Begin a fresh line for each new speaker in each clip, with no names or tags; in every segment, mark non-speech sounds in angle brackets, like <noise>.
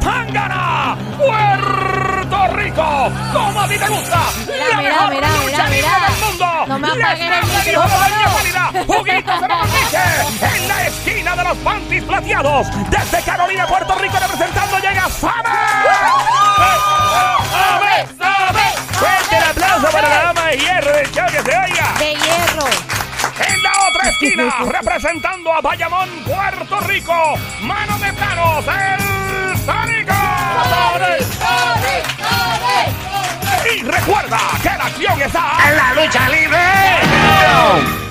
Tangana, Puerto Rico, como a ti te gusta.
Mira,
la
mira,
mejor
mira,
lucha
mira,
libre
mira.
del mundo.
No me
Les
apaguen el
trae la mejor
micrófono.
calidad, Juguitos de Montiche, en la esquina de los panties plateados. Desde Carolina, Puerto Rico, representando llega Sabe. Sabe, Sabe. Fuerte el aplauso para la dama de hierro del show que se oiga.
De hierro.
En la otra <laughs> esquina, representando a Bayamón, Puerto Rico, mano de planos, el Sónico. Y recuerda que la acción está en la lucha libre.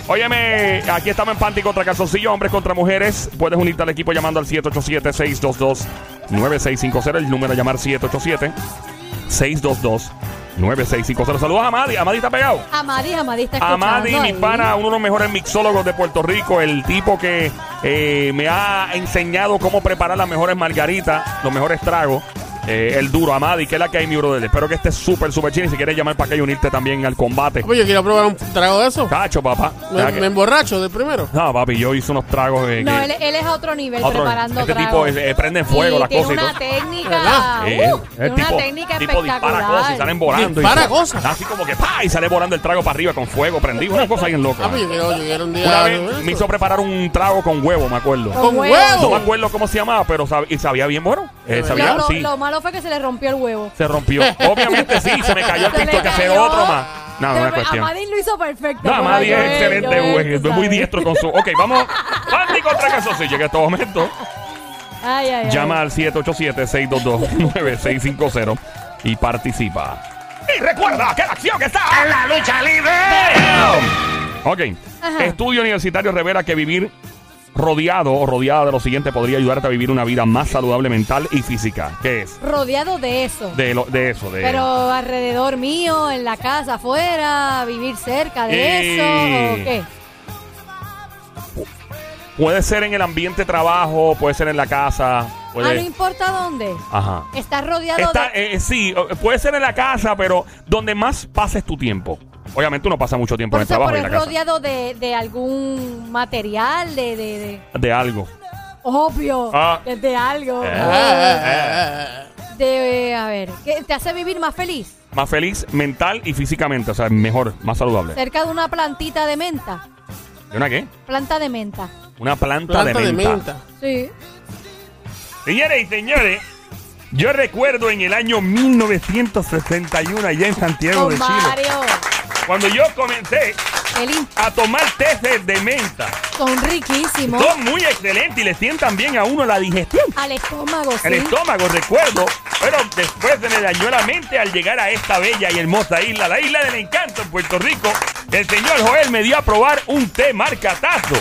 Óyeme, aquí estamos en Panty contra Calzoncillo, hombres contra mujeres. Puedes unirte al equipo llamando al 787-622-9650, el número a llamar 787-622-9650. Saludos a Amadi, Amadi está pegado.
Amadi, Amadi está escuchando
Amadi, mi
ahí.
pana, uno de los mejores mixólogos de Puerto Rico, el tipo que eh, me ha enseñado cómo preparar las mejores margaritas, los mejores tragos. Eh, el duro, Amadi, que es la que hay, mi brother. Espero que estés súper, súper chino. Y si quieres llamar para acá y unirte también al combate.
Oye, Ah, pues yo quiero probar un trago de eso.
Cacho, papá.
Me,
Ya que-
me emborracho de primero.
No, papi, yo hice unos tragos. eh,
No,
que-
él, él es a otro nivel
Otro-
preparando
este
tragos.
tipo, eh, prende en fuego
Y
las
tiene
cosas y
una
todo.
técnica.
¿Verdad?
Eh,
uh,
el
tiene una técnica
tipo dispara
espectacular.
cosas y salen volando.
Dispara
y,
cosas.
Así como que ¡pa! Y sale volando el trago para arriba con fuego prendido. Una cosa bien loca.
Ah, pues yo quiero, yo quiero un día.
Una
de
vez
eso.
me hizo preparar un trago con huevo, me acuerdo.
Con
Con
No
huevo.
me acuerdo cómo se llamaba, pero sab- y sabía bien bueno. Eh, sabía,
Lo, lo-
sí.
lo malo fue que se le rompió el huevo.
Se
<laughs>
rompió. Obviamente sí, se me cayó el
Se le
pisto que hace
cayó.
otro más. No, no
Pero
es cuestión.
Amadi lo hizo perfecto.
No,
pero
Amadi es
Joel,
excelente,
Joel,
güey.
tú
Es muy
sabes.
diestro con su. Ok, vamos. Andy contra Casosillo, que en este momento
Ay, ay, ay.
llama al 787-622-9650 y participa. Y recuerda que la acción está en la lucha libre. Ok.
Ajá.
Estudio universitario revela que vivir rodeado o rodeada de lo siguiente podría ayudarte a vivir una vida más saludable mental y física. ¿Qué es?
Rodeado de eso.
De, lo- de eso, de
Pero alrededor mío, en la casa, afuera, vivir cerca de
Eh.
eso, ¿o qué?
Puede ser en el ambiente de trabajo, puede ser en la casa,
Ah, no
puede...
importa dónde.
Ajá.
Estás rodeado
Está,
de...
eh, sí, eh, puede ser en la casa, pero donde más pases tu tiempo. Obviamente uno pasa mucho tiempo
Por
en el
eso,
trabajo
pero
y en la
es
casa.
rodeado de, de algún material, de... de, de-
De algo.
Obvio,
Ah.
que es de algo.
Ah, ah, ah, ah.
De, eh, a ver, ¿qué te hace vivir más feliz?
Más feliz mental y físicamente, o sea, mejor, más saludable.
Cerca de una plantita de menta.
¿Y una qué?
Planta de menta.
Una planta,
Planta
de menta.
Sí.
Señores y señores, yo recuerdo en el año 1961 allá en Santiago de
Con
Chile,
Mario.
cuando yo comencé
El in-
a tomar té de- de menta.
son riquísimos.
Son muy excelentes y le sientan bien a uno la digestión.
Al estómago, sí.
El estómago, recuerdo, pero después se me dañó la mente al llegar a esta bella y hermosa isla, la isla del encanto en Puerto Rico. El señor Joel me dio a probar un té marca Tazo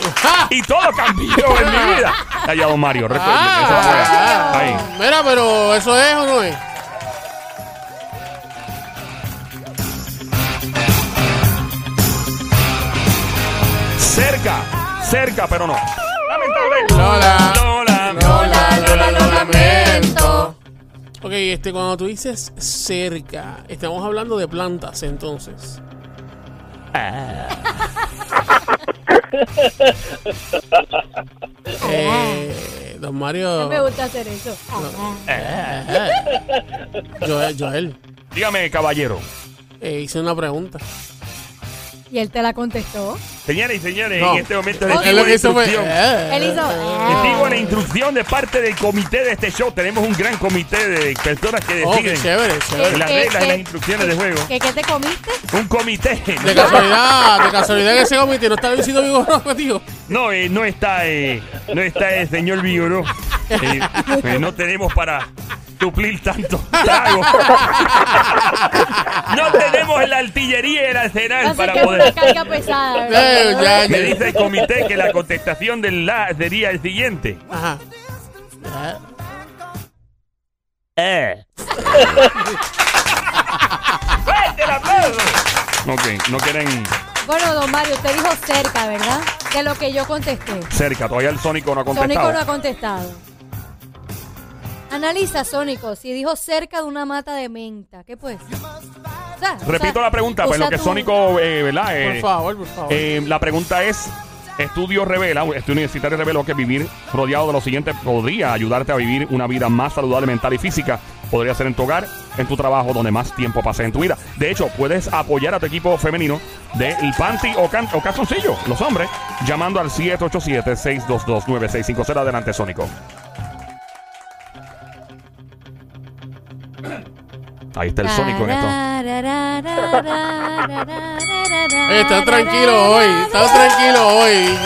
y todo cambió en mi vida. Allá don Mario, recuerdo. esa fue-
Ah,
ahí.
Mira, pero eso es o no es.
Cerca, cerca, pero no. Lamentablemente.
Lola.
Lola.
Lola, Lola, lo
lamento.
Ok, este, cuando tú dices cerca, estamos hablando de plantas entonces. Ah. Eh, don
No
Mario.
me gusta hacer eso.
Joel, Joel
Dígame, caballero.
eh, hice una pregunta.
Y él te la contestó.
Señores y señores,
No.
en este momento
Ok.
les
Él
digo
lo
la
que hizo fue.
instrucción.
eh,
Él hizo.
Les digo la instrucción de parte del comité de este show. Tenemos un gran comité de personas que
Oh, qué
deciden
chévere,
Eh,
chévere.
las reglas y las instrucciones de juego.
¿Qué, qué te comiste?
Un comité.
De casualidad, de casualidad que ese comité no está vencido vivo rojo, <laughs> tío.
No, eh, no está, eh, no está el señor Vigoró. Eh, eh, no tenemos para suplir tanto trago. no tenemos la artillería del arsenal
Así
para
que es una
poder.
carga pesada.
Eh,
¿verdad?
ya,
Me
ya.
dice el comité que la contestación del la sería el siguiente.
Ajá. Eh,
<laughs>
Eh. ¡Fuerte el aplauso! Ok, no quieren
Bueno, don Mario, usted dijo cerca, ¿verdad? De lo que yo contesté.
cerca. Todavía el Sónico no ha
Sónico
contestado.
no ha contestado. Analiza, Sónico, si dijo cerca de una mata de menta, ¿qué pues? sea,
Repito
o sea,
la pregunta, pues
usa
lo que
tu-
Sónico, eh, ¿verdad? Eh,
Por favor, por favor.
eh, la pregunta es, estudio revela, un estudio universitario reveló que vivir rodeado de lo siguiente podría ayudarte a vivir una vida más saludable mental y física. Podría ser en tu hogar, en tu trabajo, donde más tiempo pases en tu vida. De hecho, puedes apoyar a tu equipo femenino del panty o, can- o calzoncillo, los hombres, llamando al 787-622-9650. Adelante, Sónico. Ahí está el Sónico en esto.
Eh, está tranquilo hoy, está tranquilo hoy.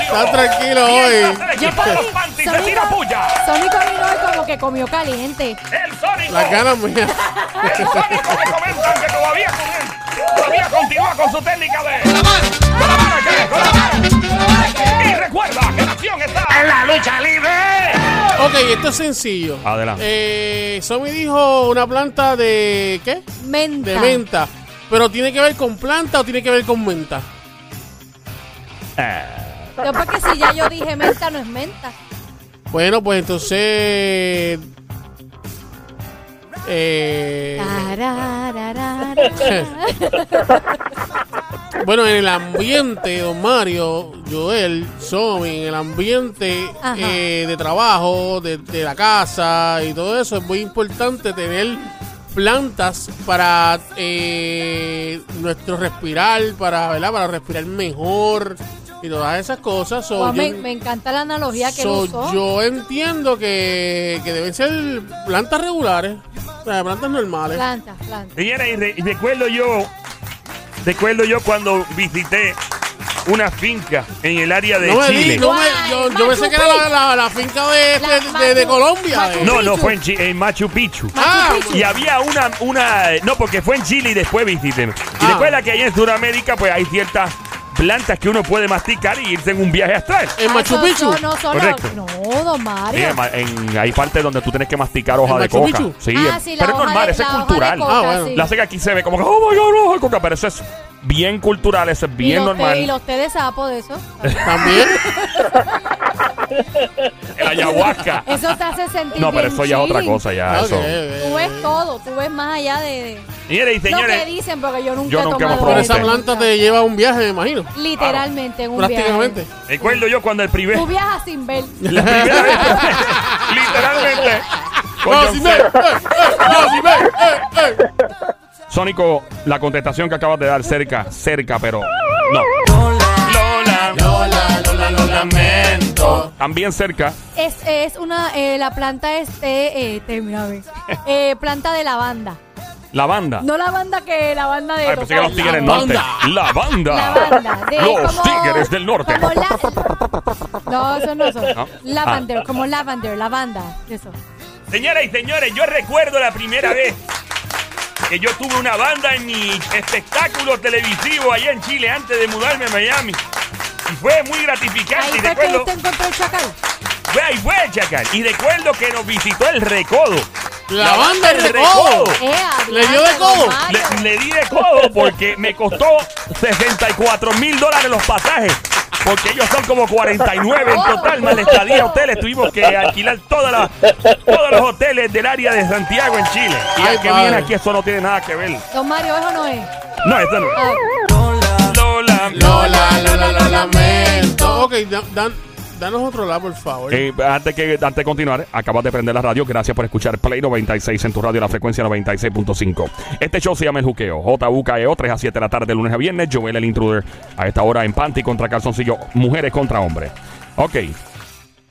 Está tranquilo hoy.
Yo
los
cogí-
panties, se
Sónico-
tira puya.
Sónico vino hoy como que comió caliente.
El Sónico.
La cara mía.
El Sónico que comenta que todavía con él. Todavía continúa con su técnica de. Con la mano. Con la mano aquí, con la mano. Y recuerda que la acción está en la lucha libre.
Ok, esto es sencillo.
Adelante.
Eh, Somi dijo una planta de. ¿Qué?
Menta.
De menta. Pero tiene que ver con planta o tiene que ver con menta.
Ah.
Yo porque si ya yo dije menta, no es menta.
Bueno, pues entonces. Eh,
Ah.
<laughs>
Tarararara.
bueno, en el ambiente, don Mario, Joel, Somi, en el ambiente
Ajá.
eh, de trabajo, de, de la casa y todo eso, es muy importante tener plantas para eh, nuestro respirar, para, ¿verdad? para respirar mejor y todas esas cosas. So,
Guau,
yo-
me, me encanta la analogía que él
So,
usó.
yo entiendo que, que deben ser plantas regulares, o sea, plantas normales.
Planta, planta.
Señora, y, re- y recuerdo yo, recuerdo yo cuando visité una finca en el área de
no me
Chile.
di, no me- yo, yo pensé que era la, la- la finca de,
La
de- de- de
Machu-
Colombia.
Machu-
eh.
No, no,
Picchu.
fue en, Chi- en Machu Picchu.
Ah,
Machu Picchu.
Y había una, una, no, porque fue en Chile y después visité. Y
Ah.
recuerda que allá en Sudamérica, pues hay ciertas plantas que uno puede masticar y irse en un viaje astral.
en
Ah,
Machu
so-
Picchu.
so- No, solo.
Correcto.
No, don Mario.
Sí, ma- en- hay partes donde tú tienes que masticar hoja
¿En
de
Machu
coca.
Picchu?
Sí,
Ah,
es-
sí, la
pero es
hoja
normal,
de-
eso es
la hoja de
cultural.
coca,
Ah, bueno.
sí.
La sé que aquí se ve como que, oh my god, hoja de coca, pero eso es bien cultural, eso es
Y
bien
los
normal.
té- y los té de sapo de eso.
También.
El ayahuasca.
<laughs> Eso te hace sentir
no, pero
bien
eso ya es otra
chilling.
cosa, ya
Ah, Ok,
eso.
Tú ves
ok.
todo, tú ves más allá de,
Señores y
de lo que
señores,
dicen, porque yo nunca
yo
he
nunca hemos
tomado
probado
Pero
Ok.
esa
nunca.
planta te lleva a un viaje, me imagino.
Literalmente en un viaje.
Prácticamente.
recuerdo yo cuando el primer...
Tú viajas sin ver.
La primera
<laughs>
vez. Literalmente. con
No,
John
si me- <laughs>
Cena.
eh, eh, no, si me- eh, eh.
Sónico, la contestación que acabas de dar cerca, cerca, pero no. Lola,
Lola, Lola, lo lamento.
También cerca.
Es, es una, eh, la planta es té, eh, té, mira, ve. Eh, planta de lavanda.
La banda.
No la banda que la banda de
Ay, pensé que los
tocar,
tigres del
la
norte.
banda.
La banda.
La banda. de
los
como-
tigres del norte. Ah.
como la- no, eso no son.
No.
Lavender, como lavender, la banda. Eso.
Señoras y señores, yo recuerdo la primera vez que yo tuve una banda en mi espectáculo televisivo allá en Chile antes de mudarme a Miami. Y fue muy gratificante.
Ahí
y
fue que
recuerdo,
usted encontró el chacal.
fue ahí fue el chacal. Y recuerdo que nos visitó el recodo.
La banda del Recodo.
Eh,
¿Le dio de
adiante, don
codo?
Mario.
Le, le di de codo porque me costó 64 mil dólares los pasajes. Porque ellos son como 49 en total, más la estadía de
Oh.
hoteles. Tuvimos que alquilar todas las- todos los hoteles del área de Santiago en Chile. Y
Ay,
al que
padre.
viene aquí, eso no tiene nada que ver.
Don Mario, ¿eso no es?
No, eso no.
Ah,
Oh.
Lola,
Lola, Lola, lo lamento. Ok, dan- dan- danos otro lado, por favor.
Eh, antes, que, antes de continuar, acabas de prender la radio. Gracias por escuchar Play 96 en tu radio, la frecuencia 96.5. Este show se llama El Juqueo. JUKEO, 3 E a 7 de la tarde, lunes a viernes. Joel el Intruder, a esta hora en panty contra calzoncillo. Mujeres contra hombres. Ok.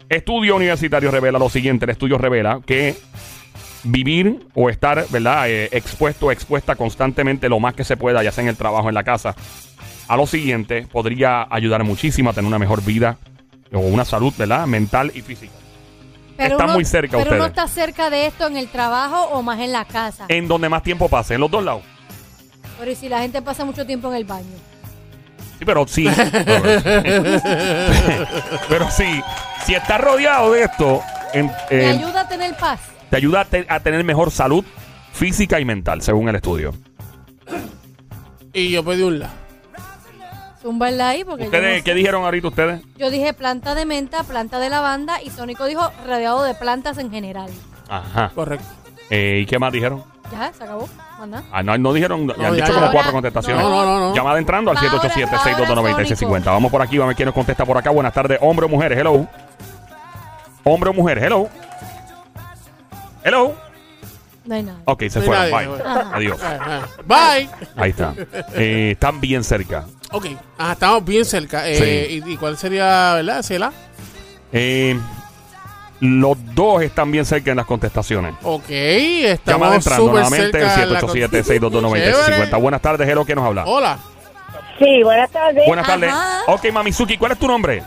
Estudio universitario revela lo siguiente. El estudio revela que vivir o estar, ¿verdad? Eh, expuesto o expuesta constantemente lo más que se pueda, ya sea en el trabajo, en la casa, a lo siguiente podría ayudar muchísimo a tener una mejor vida o una salud, ¿verdad? Mental y física.
pero
Está
uno-
muy cerca
Pero
ustedes.
uno
Eh.
está cerca de esto en el trabajo o más en la casa.
En donde más tiempo pase, en los dos lados.
Pero ¿y si la gente pasa mucho tiempo en el baño?
Sí, pero sí. pero sí, si estás rodeado de esto, en-
¿Me
en-
ayuda a tener paz?
te ayuda a, te- a tener mejor salud física y mental, según el estudio.
Y yo pedí un la.
Zúmbala ahí porque yo, no
¿Ustedes
sé.
qué dijeron ahorita ustedes?
Yo dije planta de menta, planta de lavanda y Sónico dijo rodeado de plantas en general.
Ajá.
Correcto.
Eh, ¿Y qué más dijeron?
Ya, se acabó. Manda.
Ah, no, no dijeron, ya han
ya,
dicho como
ya.
cuatro
Ahora,
contestaciones.
no,
no, no, no.
Llamada entrando al
Ahora,
787-622-9650. Vamos por aquí, vamos a ver quién nos contesta por acá. Buenas tardes, hombre o mujer, hello. Hombre o mujer, hello. Hello.
No hay nada.
Ok, se
No hay
fueron, bye.
nadie, bueno.
Adiós.
Ajá. Eh, Bye.
Ahí está. Eh, están bien cerca.
Ok, ajá, estamos bien cerca. Eh, y, y cuál sería, verdad? ¿Cela?
Eh, los dos están bien cerca en las contestaciones.
Ok,
Llamada
estamos
entrando
súper
nuevamente
cerca. a
el
la
787-622-9650.
Chévere.
Buenas tardes, hello, ¿quién nos habla?
Hola.
Sí, buenas tardes.
Buenas tardes.
Ajá.
Ok, Mamizuki, ¿cuál es tu nombre?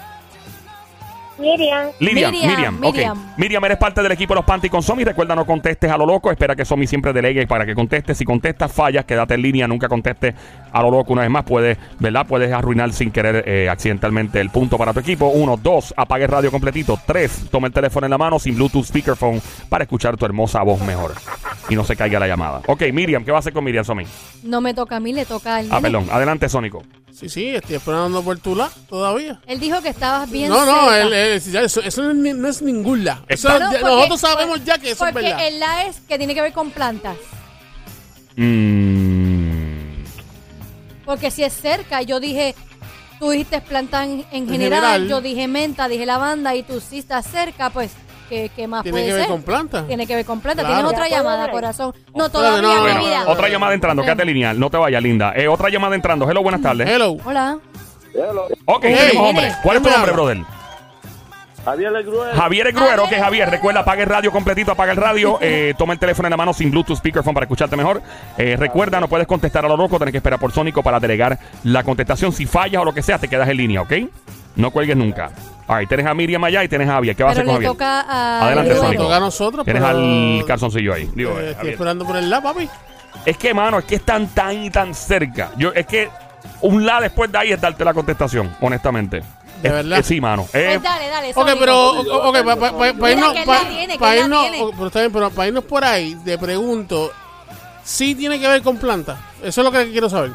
Miriam,
Lidian, Miriam,
Miriam,
ok.
Miriam.
Miriam, eres parte del equipo de los Panty con Somi. Recuerda, no contestes a lo loco. Espera que Somi siempre delegue para que contestes. Si contestas, fallas, quédate en línea. Nunca contestes a lo loco una vez más. Puedes, ¿verdad? Puedes arruinar sin querer eh, accidentalmente el punto para tu equipo. Uno, dos, apague el radio completito. Tres, toma el teléfono en la mano sin Bluetooth speakerphone para escuchar tu hermosa voz mejor. Y no se caiga la llamada. Ok, Miriam, ¿qué va a hacer con Miriam Somi?
No me toca a mí, le toca al
Ah,
nene.
perdón. Adelante, Sónico.
Sí, sí, estoy esperando por tu la todavía.
Él dijo que estabas bien
no, no,
cerca.
él- él- ya, eso, eso no, es, ni- no es ningún la. Eso
Está-
ya-
No, porque-
nosotros sabemos ya que eso es
Porque
verdad.
el la es que tiene que ver con plantas.
Mm.
Porque si es cerca, yo dije, tú dijiste plantas en, en
En
general,
general.
yo dije menta, dije lavanda y tú sí estás cerca, pues, ¿qué, qué más
Tiene
puede
que
ser?
ver con plantas.
Tiene que ver con plantas.
Claro.
Tienes otra
Ya puedo
llamada,
ver.
corazón. No,
Espérate,
todavía,
no,
mi
no,
Bueno,
vida.
no, no.
otra llamada entrando. Quédate lineal. No te vayas, linda. Eh, otra llamada entrando. Hello, buenas tardes.
Hello.
Hola.
Ok,
Hey,
tenemos hombre.
nene.
¿Cuál es tu
¿Quién me
nombre,
habla?
brother?
Javier Legruel.
Javier el Gruero. Ok,
Javier el
Javier,
Gruero.
recuerda, apaga el radio completito, apaga el
<laughs>
radio. eh, toma el teléfono en la mano sin Bluetooth speakerphone para escucharte mejor. Eh, recuerda, no puedes contestar a lo loco, tenés que esperar por Sónico para delegar la contestación. Si fallas o lo que sea, te quedas en línea, ¿ok? No cuelgues nunca. All right, tienes a Miriam allá y tienes a Javier. ¿Qué va a hacer
Pero
con
le
Javier?
toca a
Adelante,
Nos
Eduardo.
Sónico.
toca a nosotros.
Tienes
pero-
al calzoncillo ahí. Digo,
Eh,
eh,
estoy
Javier.
esperando por el la, papi.
Es que, mano, es que están tan y tan cerca. Yo, es que un la después de ahí es darte la contestación, honestamente.
¿De
Es-
verdad?
es- sí, mano. Eh,
Pues dale, dale,
Ok,
Sónico.
pero o- ok, para
Mira,
irnos,
que él
pa-
la tiene, que
pa
él la
irnos-
tiene.
o- pero está bien, pero para irnos por ahí, te pregunto, ¿sí tiene que ver con plantas? Eso es lo que quiero saber.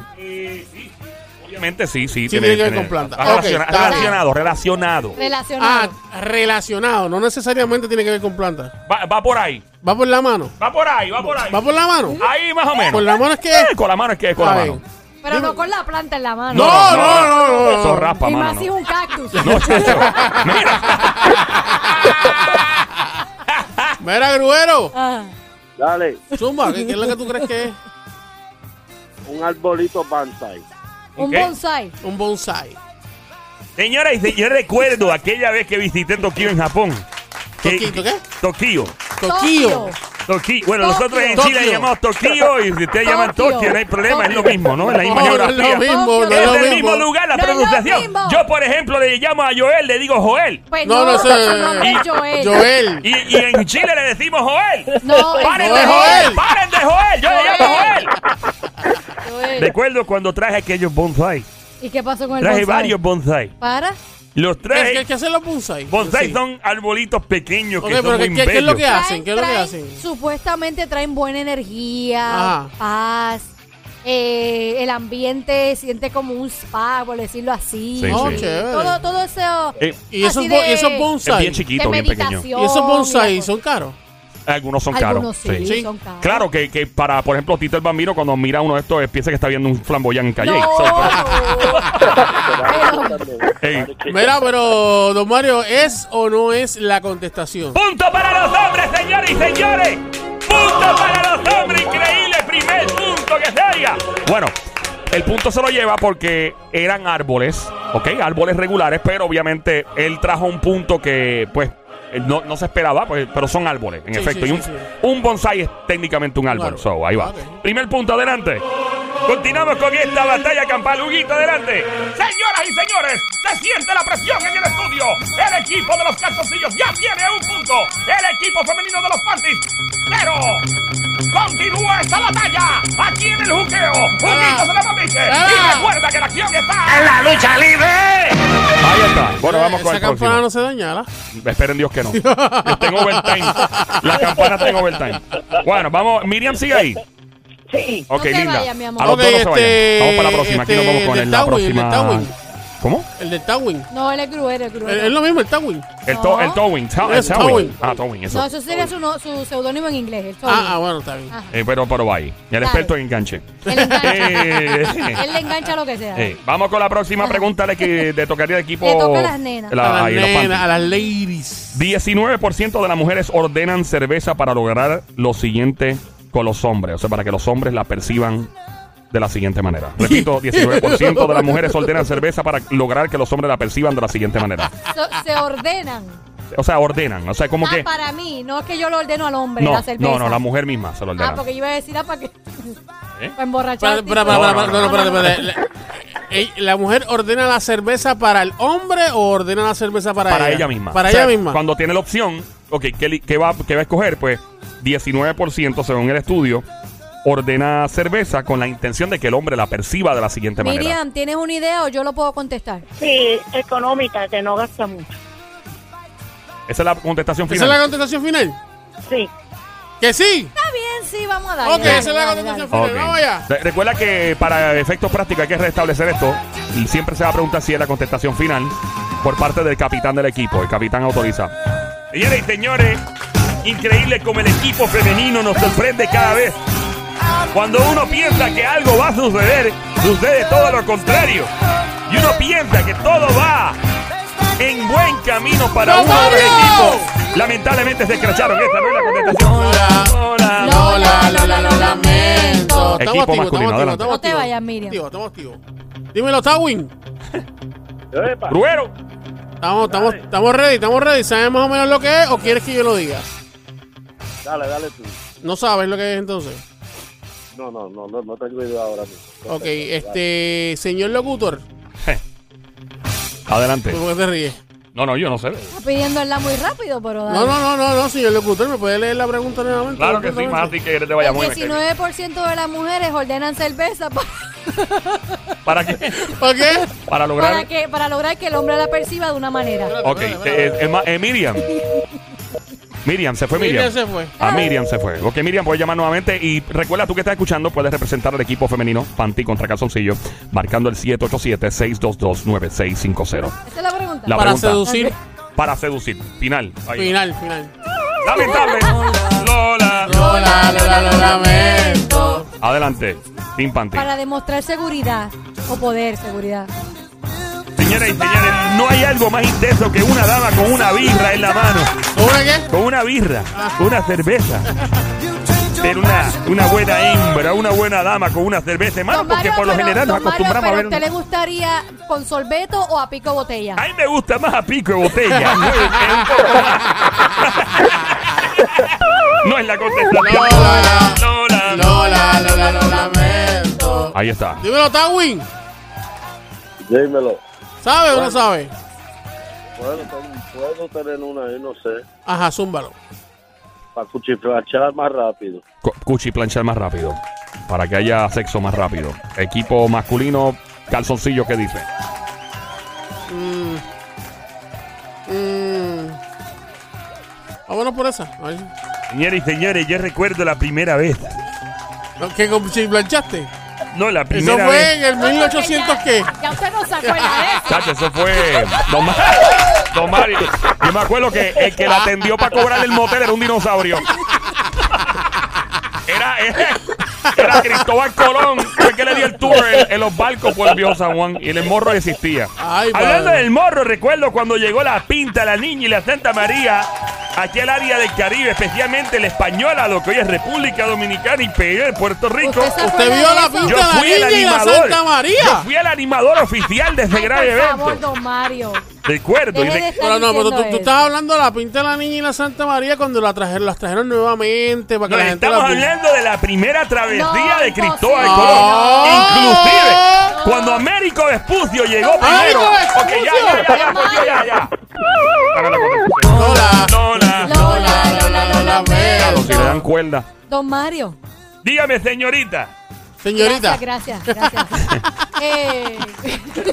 obviamente sí, sí.
tiene que ver con planta.
Ah,
Ok,
relaciona-
está bien.
relacionado, relacionado.
Ah,
Relacionado.
relacionado, no necesariamente tiene que ver con plantas.
Va, va por ahí,
Va por la mano.
va por ahí, va por ahí.
Va por la mano.
Ahí más o menos.
¿Por la mano es que es?
Eh, con la mano es que es con la
Está
mano.
bien.
pero no con la planta en la mano.
No, no, no, no. no,
Eso
no.
raspa,
Y
mano.
más
no.
si es un cactus.
<laughs> No, chacho. Mira.
Mira, gruero.
Ah.
Dale,
Zumba, ¿qué, qué es lo que tú crees que es?
un arbolito bonsai.
Un
¿Qué?
bonsai.
Un bonsai.
Señora, y yo recuerdo aquella vez que visité Tokio en Japón. Que-
¿Toquito qué?
Tokio.
Toquillo.
Tokio.
Toki- Bueno,
Tokio.
nosotros en Chile
Tokio.
llamamos Tokio y si ustedes llaman
Tokio.
Tokio, no hay problema, es lo
Tokio.
mismo, ¿no? Es la
No,
misma
no es
geografía.
lo mismo, no
es
es
del
lo
mismo
mismo.
lugar la
No es lo
pronunciación.
mismo.
Yo, por ejemplo, le llamo a Joel, le digo Joel.
Pues
No, no,
no,
eso
su nombre es
es
Joel.
Joel.
Y, y en Chile le decimos Joel.
No, es
¡Paren de
Pues Joel.
Joel! ¡Paren de Joel! ¡Yo le llamo
Joel.
Joel!
Joel.
Recuerdo cuando traje aquellos bonsai.
¿Y qué pasó con el
Traje
bonsai?
varios bonsai.
Para.
Los
¿Qué, qué,
traje.
qué hacen los bonsai?
Bonsai
Sí.
son arbolitos pequeños
Ok,
que son
pero
muy
¿qué, qué- qué es lo que
bellos.
hacen? ¿Qué es lo que
Traen-
hacen?
Supuestamente traen buena energía,
Ajá.
paz. eh, el ambiente siente como un spa, por decirlo así.
Sí,
Oh,
sí.
chévere.
Todo, todo eso.
Eh,
¿Y esos,
así
bo- y
de-
esos
Es
bonsai?
bien chiquito,
de
bien pequeño.
meditación
¿Y esos
y
bonsai
la
son caros?
Algunos son caros.
Algunos sí,
sí.
son caros.
Claro que, que para, por ejemplo, Tito el Bambino, cuando mira uno de estos, eh, piensa que está viendo un flamboyán en calle.
No.
Ey.
Mira, pero, don Mario, ¿es o no es la contestación?
Punto para los hombres, señores y señores. Punto para los hombres, increíble primer punto que se haga. Bueno, el punto se lo lleva porque eran árboles, ¿ok? Árboles regulares, pero obviamente él trajo un punto que, pues, él no, no se esperaba, pues, pero son árboles, en
Sí,
efecto.
sí,
y un,
sí, sí.
un bonsai es técnicamente un árbol.
árbol.
So, ahí va.
Ok.
Primer punto, adelante. Continuamos con esta batalla campal. Huguito, adelante. Señoras y señores, se siente la presión en el estudio. El equipo de los calzoncillos ya tiene un punto. El equipo femenino de los panties, cero. Continúa esta batalla aquí en el juqueo. Huguito
Ah.
se la mamiche.
Ah.
Y recuerda que la acción está en la lucha libre. Ahí está. Bueno, vamos con
Esa
el
campana
próximo.
no se dañala.
Esperen Dios que no. Yo tengo overtime. La campana tengo overtime. Bueno, vamos. Miriam sigue ahí.
sí.
Ok,
No se
linda.
vaya, mi amor.
A los
Ok,
dos no se
este,
vayan. Vamos para la próxima. Aquí nos vamos con
este,
el- la
Delta Wing,
próxima.
Delta Wing.
¿Cómo?
El del Tawin.
<laughs> No, él es gruero, es
Es
gruero.
es lo mismo, el Tawin.
El, to,
No.
el towing. to- el
Es
towing.
towing.
Ah, towing, eso.
No, eso sería su, no- su seudónimo en inglés, el Tony.
Ah, ah, bueno, está bien.
Ajá.
Eh, pero, pero va ahí. El
Dale.
experto en enganche. <laughs>
Él engancha.
Eh.
Él le engancha lo que sea.
Eh, vamos con la próxima pregunta de que le tocaría al equipo.
Le toca a las nenas.
la-
a
ahí,
las
los
nenas,
panties.
a las ladies.
19% de las mujeres ordenan cerveza para lograr lo siguiente con los hombres. O sea, para que los hombres la perciban de la siguiente
<laughs>
manera. Repito, 19% de las mujeres ordenan cerveza para lograr que los hombres la perciban de la siguiente manera.
So- se ordenan.
O sea, ordenan. O sea, como
ah,
que...
para mí. No es que yo lo ordeno al hombre,
No,
la cerveza.
no, no, la mujer misma se lo ordena.
Ah, porque yo iba a decir, ah, para
<laughs>
que.
¿Eh?
Para emborrachar.
Para, para, para, para,
No,
para, no, no, espérate, espérate. La, eh, ¿la mujer ordena la cerveza para el hombre o ordena la cerveza para,
para ella misma.
Para
O sea,
ella misma.
Cuando tiene la opción, ok, ¿qué, li- qué va, qué va a escoger? Pues 19%, según el estudio, ordena cerveza con la intención de que el hombre la perciba de la siguiente manera.
Miriam, ¿tienes una idea o yo lo puedo contestar?
Sí, económica, que no gasta mucho.
Esa es la contestación
¿Esa es la
final.
contestación final?
Sí.
¿Que sí?
Está bien, sí, vamos a darle.
Ok,
dale,
esa es la
dale,
contestación
dale.
final. Vamos allá.
Re- Recuerda que para efectos prácticos hay que restablecer esto y siempre se va a preguntar si es la contestación final por parte del capitán del equipo. El capitán autoriza. Señores y señores, increíble como el equipo femenino nos sorprende cada vez. Cuando uno piensa que algo va a suceder, sucede todo lo contrario. Y uno piensa que todo va en buen camino para uno de los equipos. Lamentablemente se escracharon. Esta no es la contestación.
Hola.
Hola.
Lola, Lola, lo lamento.
Equipo
Estamos activos,
masculino,
estamos activos,
adelante.
estamos
No te
activos.
vayas, Miriam.
Activos, Estamos activos. Dímelo, Tawin.
Epa.
Gruero.
Estamos, estamos, estamos ready, estamos ready. ¿Sabes más o menos lo que es o quieres que yo lo diga?
Dale, dale tú.
No sabes lo que es entonces.
No, no, no, no, no tengo idea ahora mismo.
Ok, este, señor locutor,
Adelante.
¿por qué te ríes?
No, no, yo no sé.
Está pidiendo la muy rápido, pero dale.
No, no, no, no, no, señor locutor, ¿me puede leer la pregunta nuevamente?
Claro que sí, más
Completamente.
así que eres de
El
Bayamón.
19% de las mujeres ordenan cerveza
<laughs>
pa-
¿Para qué?
¿Por qué?
Para
para,
lograr.
que, para lograr que el hombre la perciba de una manera.
Ok, eh, eh, eh, ma- eh, Miriam. Miriam, se fue
Miriam
Miriam.
se fue.
A Miriam se fue. Ok, Miriam, puedes llamar nuevamente. Y recuerda, tú que estás escuchando, puedes representar al equipo femenino Panty contra Calzoncillo, marcando el 787-622-9650.
Esa es la pregunta.
La
Para
pregunta.
seducir,
Para seducir. Final. Ahí.
final, final.
Lamentable. Lola.
Lola, Lola, lo lamento.
Adelante. Team Panty.
Para demostrar seguridad o poder, seguridad.
Señoras y señores, no hay algo más intenso que una dama con una birra en la mano.
¿Sobre qué?
con una birra, con una cerveza. Pero una, una buena hembra, una buena dama con una cerveza, hermano,
Don
porque
Mario,
por lo
pero-
general nos
don Mario,
acostumbramos a
pero
ver.
¿Usted le gustaría con sorbeto o a pico botella?
A mí me gusta más a pico de botella. <laughs> no, es, es un poco más. <laughs> No es la contestación.
Lola.
Lola.
Lola, Lola, lo lamento.
Ahí está.
Dímelo, Tawin.
Dímelo.
¿Sabe o no sabe?
Bueno, ten- puedo tener una ahí, no sé.
Ajá, zúmbalo.
Para cuchiflachar más rápido.
Cu- Cuchi planchar más rápido. Para que haya sexo más rápido. Equipo masculino, calzoncillo, ¿qué dice?
Mm. Vámonos por esa. A ver.
Señores y señores, yo recuerdo la primera vez.
¿Qué con- si planchaste?
No, la
Eso
primera vez.
fue en el 1800 qué?
Ya usted no se acuerda de eso.
Chacho, eso fue Don Mario. Don Mario. Yo me acuerdo que el que la atendió para cobrar el motel era un dinosaurio. Era, era, era Cristóbal Colón, fue el que le dio el tour en, en los barcos por el viejo San Juan y el morro existía.
Ay,
Hablando
madre.
del morro, recuerdo cuando llegó la pinta, la niña y la Santa María aquí al área del Caribe, especialmente la española, lo que hoy es República Dominicana y Perú, Puerto Rico.
Usted se
¿Usted vio la pinta
Yo
de la
fui el
niña y la
animador.
Santa
Yo
María?
fui el animador oficial de ese
Ay,
gran
por
evento.
favor, don Mario.
Recuerdo. y
Deje
re-
de estar
Pero no, pero tú,
diciendo
tú
eso.
estabas hablando de la pinta de la niña y la Santa María cuando la trajeron, las trajeron nuevamente para que
Nos
la gente
estamos
la pi-
hablando de la primera travesía
No,
de Cristóbal
imposible.
Colón.
No.
Inclusive, cuando Américo Vespucio llegó primero.
Américo
Ok, ya, ya,
Vespucio.
ya, ya, pues, ya, ya, ya. Haga la conexión.
Lola.
Lola.
Lola, Lola, lo
Claro, si le dan
lamento.
cuerda.
Don Mario.
Dígame, señorita.
Señorita.
Gracias, gracias, gracias. eh, <laughs>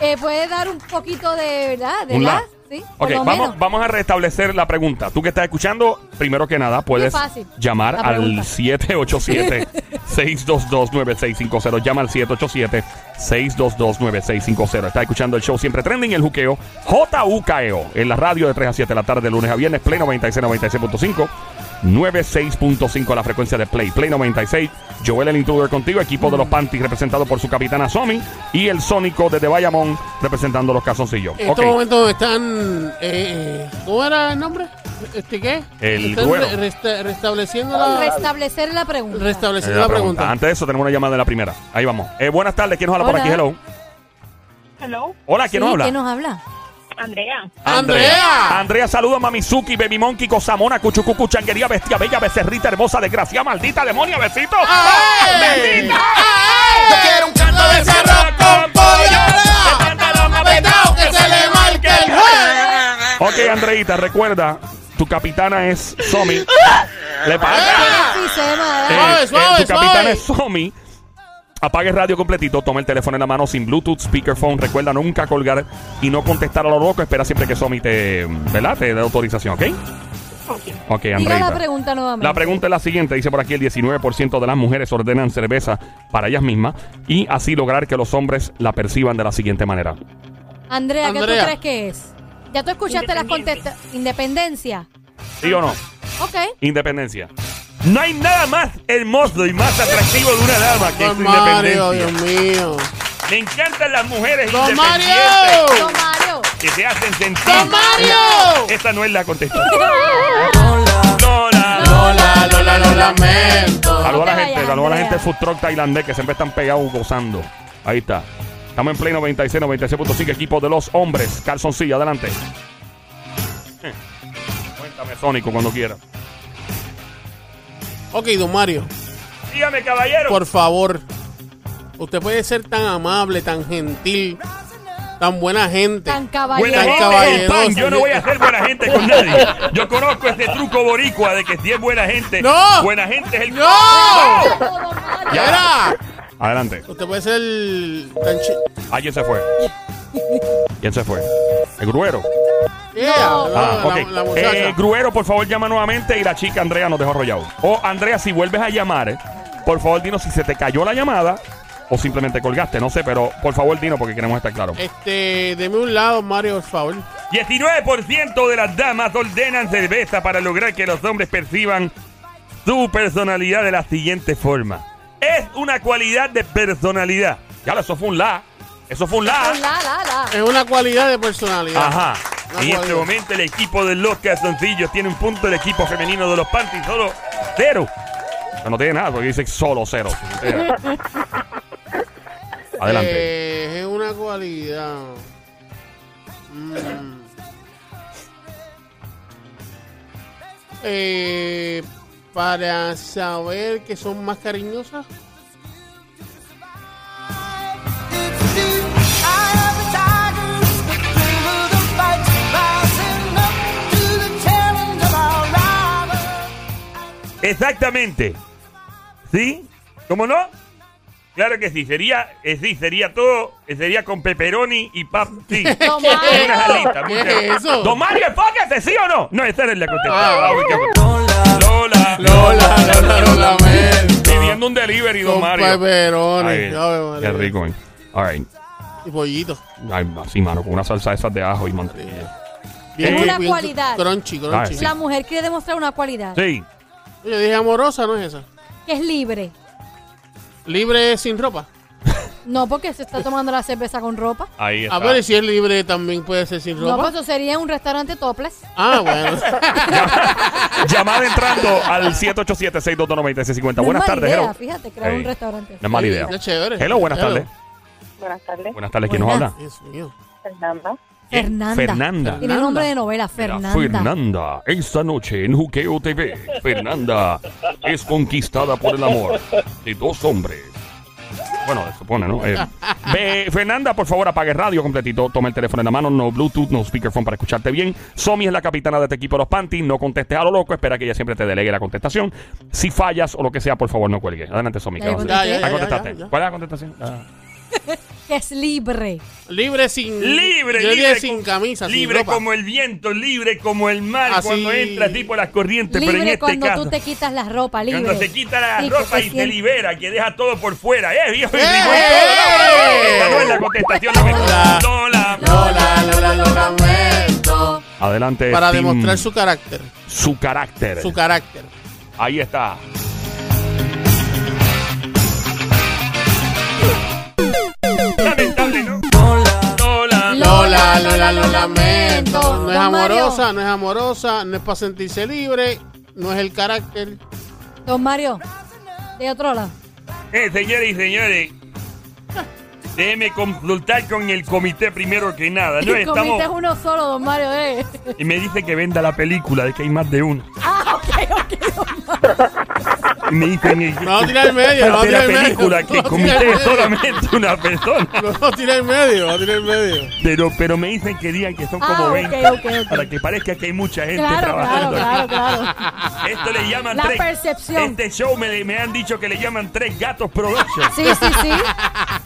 eh, ¿Puede dar un poquito de verdad? ¿De
Un
la?
la.
Sí, por
Ok,
lo
vamos,
menos.
vamos a restablecer la pregunta. Tú que estás escuchando, primero que nada, puedes
fácil,
llamar
la
al
pregunta.
787 622-9650. Llama al 787-622-9650. Está escuchando el show siempre trending, el juqueo. JUKEO. E En la radio de 3 a 7 de la tarde, de lunes a viernes. Play 96, 96.5. 96.5 la frecuencia de Play. Play 96. Joel el Intruder contigo. Equipo de
Mm.
los Panties representado por su capitana Somi. Y el Sónico desde Bayamón representando los calzoncillos.
En estos
Ok.
momentos están. Eh, ¿Cómo era el nombre? ¿Este qué?
El
Están
güero.
re- resta- restableciendo la.
Restablecer la pregunta.
Esa es
Restableciendo
la
la
pregunta.
pregunta.
Antes de eso, tenemos una llamada de la primera. Ahí vamos. Eh, buenas tardes. ¿Quién nos habla por
Hola.
aquí? Hello.
Hello,
Hola, ¿quién
Sí,
nos habla?
¿Quién nos habla?
Andrea.
¡Andrea!
Andrea, saluda a Mamizuki, Baby Monkey, Cosamona, Cuchucucu, Changuería, Bestia Bella, Becerrita Hermosa, Desgracia, Maldita, Demonia, Besito. ¡Ay,
¡Ay!
¡Bendita!
¡Ay! Yo quiero un canto de ese arroz con
De
pollo.
pantalón apretado,
Que se le marque el juego.
Ok, Andreita, recuerda, tu capitana es <laughs> Somi. Le pasa.
Sí, se llama,
Eh,
¿verdad?
Suave,
eh,
suave,
tu capitana
suave.
es Somi. Apague el radio completito, toma el teléfono en la mano sin Bluetooth, speakerphone. Recuerda nunca colgar y no contestar a lo loco. Espera siempre que Somi te, ¿verdad? te dé autorización, ¿ok? Ok,
Diga la
Andreita.
pregunta nuevamente.
La pregunta es la siguiente, dice por aquí el 19% de las mujeres ordenan cerveza para ellas mismas y así lograr que los hombres la perciban de la siguiente manera.
Andrea, ¿qué
Andrea.
tú crees que es? Ya tú escuchaste las
Independiente.
contestaciones. Independencia.
¿Sí o no?
Ok.
Independencia. No hay nada más hermoso y más atractivo de una dama que su
Don Mario, Dios
independencia.
mío.
Me encantan las mujeres
¡Don Mario!
independientes
Don Mario.
que se hacen sentir.
¡Don Mario!
Esta no es la contestación. Lola.
Lola, Lola, lo lamento.
Saludos a
No
la
te
gente,
vayas,
saludos a la
Andrea.
gente de Food Truck tailandés que siempre están pegados gozando. Ahí está. Estamos en Play 96, 96.5, equipo de los hombres. Calzoncillo, adelante. Eh, Cuéntame, Sónico, cuando quiera.
Ok, don Mario,
Dígame, caballero.
por favor. Usted puede ser tan amable, tan gentil, tan buena gente.
Tan caballero.
Buena
Tan
gente,
caballeroso.
pan. Yo no voy a ser buena gente con nadie. Yo conozco este truco boricua de que si es buena gente,
¡No!
buena gente es el...
¡No!
Oh, don Mario.
Ya.
¡Era!
Adelante.
Usted puede ser tan chi-
¿Alguien se fue? ¿Quién se fue? El gruero.
Yeah,
Ah,
la-
ok.
la, la muchacha.
Eh, Gruero, por favor, llama nuevamente y la chica Andrea nos dejó arrollado. O Andrea, si vuelves a llamar, eh, por favor, dinos si se te cayó la llamada o simplemente colgaste, no sé, pero por favor, dinos porque queremos estar claros.
Este, deme un lado, Mario, por favor.
19% de las damas ordenan cerveza para lograr que los hombres perciban su personalidad de la siguiente forma. Es una cualidad de personalidad. Ya, eso fue un la. Eso fue un la.
La, la, la.
Es una cualidad de personalidad.
Ajá.
No
en este
podía.
momento el equipo de los calzoncillos tiene un punto, el equipo femenino de los panties solo cero. O sea, no tiene nada porque dice solo cero. O sea. Adelante.
Eh, es una cualidad. Mm. Eh, para saber que son más cariñosas.
Exactamente. ¿Sí? ¿Cómo no? Claro que sí, sería, eh, sí, sería todo, eh, sería con pepperoni y pap,
<laughs>
sí.
Don
Y unas
Mario.
alitas,
¿Qué
muchas
es
gracias.
eso?
Don Mario, enfócate, ¿sí o no? No, esa no es la contestación.
Ah.
Ah, ok. Lola,
lamento.
Pidiendo un delivery, don
Con
Mario. Ay,
peperones. Ave María.
qué rico, eh. All right.
Y pollito.
Ay, así, mano, con una salsa de esas de ajo y mantequilla. Es
una cualidad.
Crunchy, crunchy.
Ah, sí.
La mujer quiere demostrar una cualidad.
Sí.
Yo dije amorosa, ¿no es esa?
Que es libre.
Libre sin ropa.
No, porque se está tomando la cerveza con ropa.
Ahí está.
Ah, pero si es libre también puede ser sin
No, pues
ropa.
eso sería un restaurante topless.
Ah,
<laughs>
bueno.
<laughs> Llamada entrando al 787-622-9650.
No es
buenas
mala
tardes,
idea,
hello.
fíjate, crear
Ey,
un restaurante.
No es mala idea.
Está chévere.
Hello, buenas
Hello. Ah,
tardes.
Buenas tardes,
Buenas tardes, ¿quién nos
Buenas.
habla?
Dios mío.
Fernanda.
Eh,
Fernanda.
Fernanda.
Tiene nombre de novela,
Mira,
Fernanda.
Fernanda, esta noche en Juqueo TV, Fernanda es conquistada por el amor de dos hombres. Bueno, se supone, ¿no? Eh, ve, Fernanda, por favor, apague radio completito. Toma el teléfono en la mano, no Bluetooth, no speakerphone para escucharte bien. Somi es la capitana de este equipo de los Panties. No contestes a lo loco, espera que ella siempre te delegue la contestación. Si fallas o lo que sea, por favor, no cuelgues. Adelante, Somi. ¿qué
Ya,
vas a hacer?
Ya, ya,
Ah,
ya, ya,
contestaste.
ya.
¿Cuál es la contestación? Ah.
que es libre.
Libre sin.
Libre, libre.
yo diría
co-
sin camisa,
Libre
sin ropa.
como el viento, libre como el mar
Así.
cuando entra así por las corrientes. pero en
libre
este
cuando
caso,
tú te quitas la ropa, libre.
cuando se quita la
Sí, que
ropa
se
y te
siente-
libera, que deja todo por fuera. ¡Eh, viejo!
¡Eh!
Digo, ¡eh! Esta no es la contestación. no me-
Hola.
Hola.
Lola, Lola, Lola, muerto.
Adelante.
Para
Tim.
demostrar su carácter.
su carácter.
Su carácter.
Ahí está. Lamentable, ¿no? Hola.
Lo- Lola, Lola, lo lamento.
No es
Don Mario.
amorosa, no es amorosa, no es para sentirse libre, no es el carácter.
Don Mario, de otro lado.
Eh, señores y señores, déjenme consultar con el comité primero que nada. No
El <laughs> comité es
estamos.
uno solo, don
<laughs>
Mario, eh.
Y me dice que venda la película, de que hay más de uno.
Ah, ok, ok, don Mario.
Y me dicen el,
No, tira al medio, no,
parte de
tira
la
al medio.
película, que el
No,
comité
tira
es
al medio.
solamente una persona.
No, tira el medio, no tira el medio.
Pero, pero me dicen que digan que son como
Ah, ok,
20.
ok, ok.
Para que parezca que hay mucha gente
Claro, claro,
trabajando. aquí.
claro, claro.
Esto le llaman
La
tres.
percepción.
Este show me, me han dicho que le llaman tres gatos production.
Sí, sí, sí.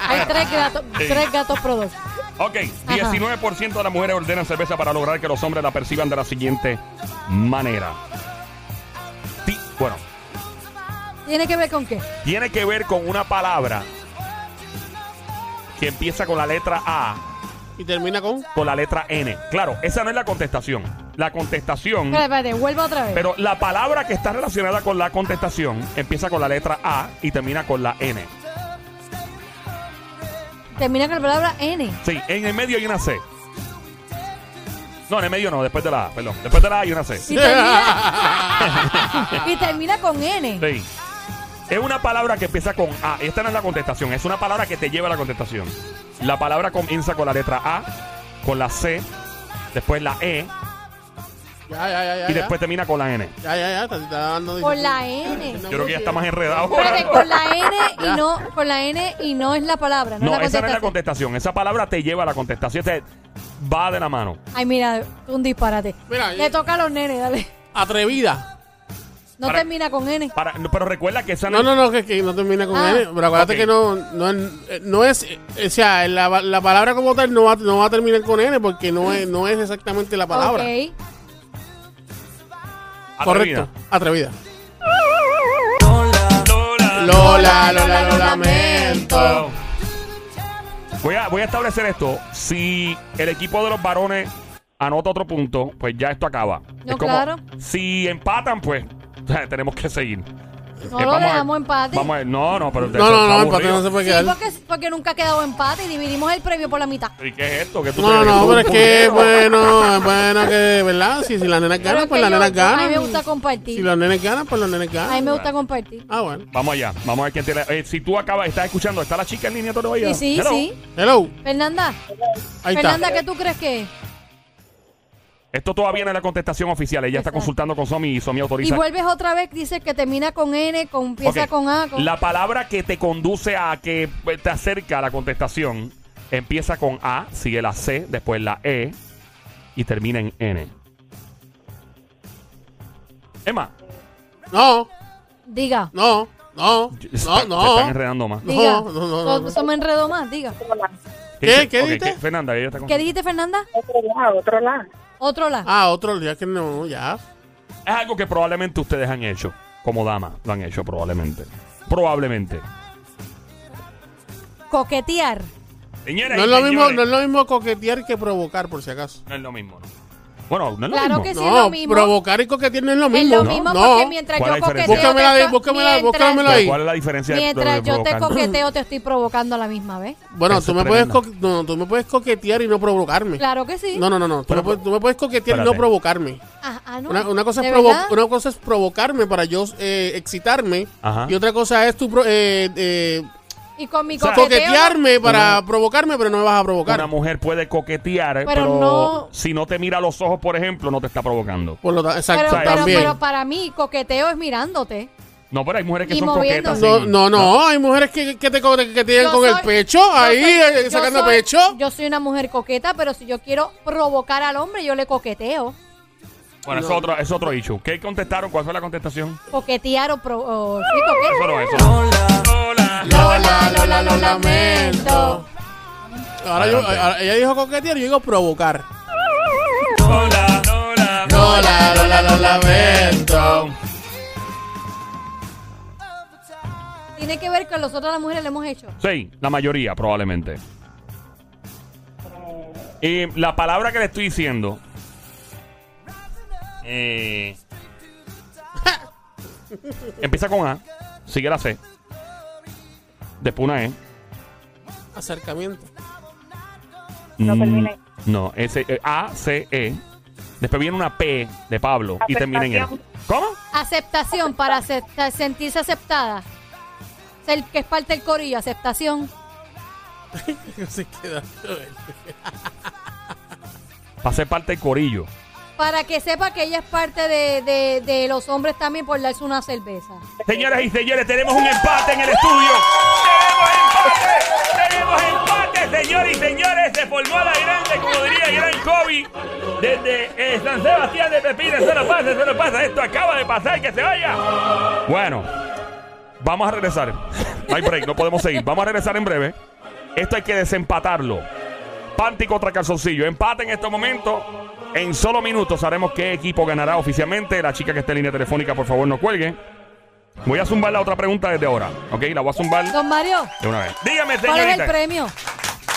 Hay tres gatos, tres gatos productos.
Ok,
Ajá.
19% de las mujeres ordenan cerveza para lograr que los hombres la perciban de la siguiente manera. Ti- bueno,
¿Tiene que ver con qué?
tiene que ver con una palabra que empieza con la letra A,
Y termina con.
con la letra N. Claro, esa no es la contestación. La contestación,
Espérate, espérate, vuelva otra vez.
pero la palabra que está relacionada con la contestación empieza con la letra A y termina con la N.
Termina con la palabra N.
Sí, en el medio hay una C. No, en el medio no, después de la A, perdón. Después de la A hay una C.
Y termina, y termina con N.
Sí. Es una palabra que empieza con A. Esta no es la contestación, es una palabra que te lleva a la contestación. La palabra comienza con la letra A, con la C, después la E
<laughs> Ya, ya, ya, ya.
y después termina con la N.
Ya, ya, ya, te está dando.
Con la N.
Yo creo que ya está más enredado.
Espérate, con la N
Ya.
y no, con la N y no es la palabra, no,
No,
es
esa no es
la
la
contestación.
contestación. Esa palabra te lleva a la contestación. O sea, va de la mano.
Ay, mira, un disparate.
Mira,
Le
yo-
toca a los nenes, dale.
Atrevida.
No
Para-
termina con N.
Para- no, pero recuerda que esa no,
No, no, no, que, que no termina con
Ah.
N. Pero acuérdate
Ok.
que no, no, eh, no es. eh, O sea, la, la palabra como tal no va, no va a terminar con N porque no es, no es exactamente la palabra.
Ok.
Atrevida.
Correcto. Atrevida.
Ah.
Lola, Lola, lo lamento.
Voy a, voy a establecer esto. Si el equipo de los varones anota otro punto, pues ya esto acaba.
No, claro.
Si empatan, pues <laughs> tenemos que seguir.
No
Eh,
lo
vamos a-
dejamos empate.
Vamos a ver. No, no, pero
No, no, no, empate no se puede
Sí,
quedar.
porque, porque nunca ha quedado empate y dividimos el premio por la mitad.
¿Y qué es esto? ¿Qué tú
No,
te-
no,
tú-
pero es
tú-
que pues es bueno, es bueno que, ¿verdad? Si, si las nenas
Pero es
ganan, pues
que yo-
las nenas
A mí me
ganan.
gusta
Si
compartir.
los nenes ganan, pues los nenes
A mí
ganan.
me gusta compartir.
Ah, bueno.
pues, Vamos allá. Vamos a ver quién tiene. eh, si tú acabas, estás escuchando, está la chica en línea todavía.
Y sí,
Hello.
sí.
Hello,
Fernanda,
ahí
Fernanda,
está.
¿qué tú crees que es?
Esto todavía no es la contestación oficial. Ella está
Exacto.
consultando con Somi y Somi
Y
autoriza.
vuelves otra vez, dices que termina con N, con, empieza
Ok.
con A. Con...
La palabra que te conduce a que eh, te acerca a la contestación empieza con A, sigue la C, después la E y termina en N. Emma,
No,
Diga,
no, no,
yo- se está-
no,
se están
no.
enredando más.
No,
diga.
no, no, no, no.
Eso me enredó más, diga.
¿Qué?
dice?
¿Qué
Ok,
dijiste?
Fernanda, ella está con-
¿Qué dijiste, Fernanda?
Otro lado, otro lado.
Otro lado.
Ah, otro día que no, ya.
Es algo que probablemente ustedes han hecho, como dama, lo han hecho probablemente. Probablemente.
Ah.
Coquetear.
Señora,
No es lo mismo, no es lo mismo coquetear que provocar, por si acaso.
no es lo mismo. ¿no? Bueno, no es lo
Claro
mismo.
que sí, es
No,
lo mismo.
provocar y coquetear no es lo
Es
mismo.
lo
No,
mismo
no.
porque mientras
¿Cuál es
yo
la
coqueteo.
diferencia?
Búscamela
te
ahí,
estoy-
búscamela,
mientras-
búscamela
Pero
ahí.
¿Cuál es la diferencia de- de
Mientras yo te
provocar?
coqueteo, te estoy provocando a la misma vez.
Bueno,
Eso
tú me,
es
puedes
tremendo.
co- no, tú me puedes coquetear y no provocarme.
Claro que sí.
No, no, no, no. Tú,
Pero-
me, puedes, tú me puedes coquetear y no
Espérate.
provocarme.
Ah, ah, no.
Una, una cosa es
¿De
provo-
verdad?
una cosa es provocarme para yo eh, excitarme
Ajá.
y otra cosa es tú pro- eh, eh,
Y con mi
O sea,
coqueteo.
coquetearme para provocarme, pero no me vas a provocar.
Una mujer puede coquetear, ¿eh? pero,
Pero no-
si no te mira a los ojos, por ejemplo, no te está provocando.
Por lo ta- exacto,
Pero, pero-
también.
pero para mí, coqueteo es mirándote.
No, pero hay mujeres que
Y
son
moviendo.
coquetas.
no,
sin-
no, no, hay mujeres que, que te co- que te llegan
Yo
con el
soy-
pecho,
yo
ahí
soy-
eh,
yo
sacando
soy-
pecho.
Yo soy una mujer coqueta, pero si yo quiero provocar al hombre, yo le coqueteo.
Bueno, es otro, es otro issue.
<laughs>
¿Qué contestaron? ¿Cuál fue la contestación?
Coquetear o, pro- o- sí, coquetear.
Eso no, eso no.
Lola, Lola, lo lamento. Ahora yo,
Adelante.
ahora- ella dijo coquetear y yo digo provocar.
Lola, Lola,
Lola, Lola, lo lamento.
Tiene que ver con los otros las mujeres le hemos hecho.
Sí, la mayoría probablemente. Y la palabra que le estoy diciendo.
<laughs>
eh, empieza con A, sigue la C, después una E.
Acercamiento. <laughs>
No
Mm,
termina en-
No, ese, eh, A, C, E. Después viene una P de Pablo y termina en E.
Aceptación.
¿Cómo?
Aceptación para acepta- sentirse aceptada. Ser que es parte del corillo, aceptación.
Se queda.
Para ser parte del corillo.
Para que sepa que ella es parte de, de- de los hombres también por darse una cerveza.
Señoras y señores, tenemos un empate en el estudio. ¡Tenemos empate! ¡Tenemos empate, señores y señores! Se formó la grande, como diría el Gran Kobe, desde eh, San Sebastián de Pepina. Eso no pasa, eso no pasa. Esto acaba de pasar, que se vaya. Bueno, vamos a regresar. No hay break, no podemos seguir. Vamos a regresar en breve. Esto hay que desempatarlo. Panty contra calzoncillo. Empate en este momento. En solo minutos sabremos qué equipo ganará oficialmente. La chica que está en línea telefónica, por favor, no cuelgue. Voy a zumbar la otra pregunta desde ahora. ¿Ok? La voy a zumbar
Don Mario,
de una vez. Dígame,
¿cuál es el
señorita.
<clears throat>
premio?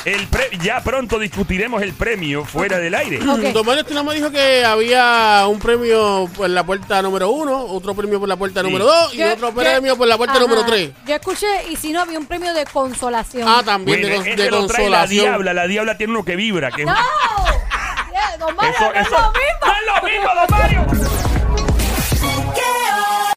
El pre- ya pronto discutiremos el premio fuera del aire.
Ok.
Don Mario Estrella me dijo que había un premio por la puerta número uno, otro premio por la puerta número dos y
Yo-
otro
yo-
premio por la puerta
Ajá.
número tres.
Yo escuché, y si no, había un premio de consolación.
Ah, también
Mire,
de,
ese
de
este lo trae la
consolación.
diabla. La diabla <laughs> tiene uno que vibra. Que es-
¡No! Yeah, don Mario,
Eso-
no es
eso-
lo mismo.
¡No es lo mismo, don Mario!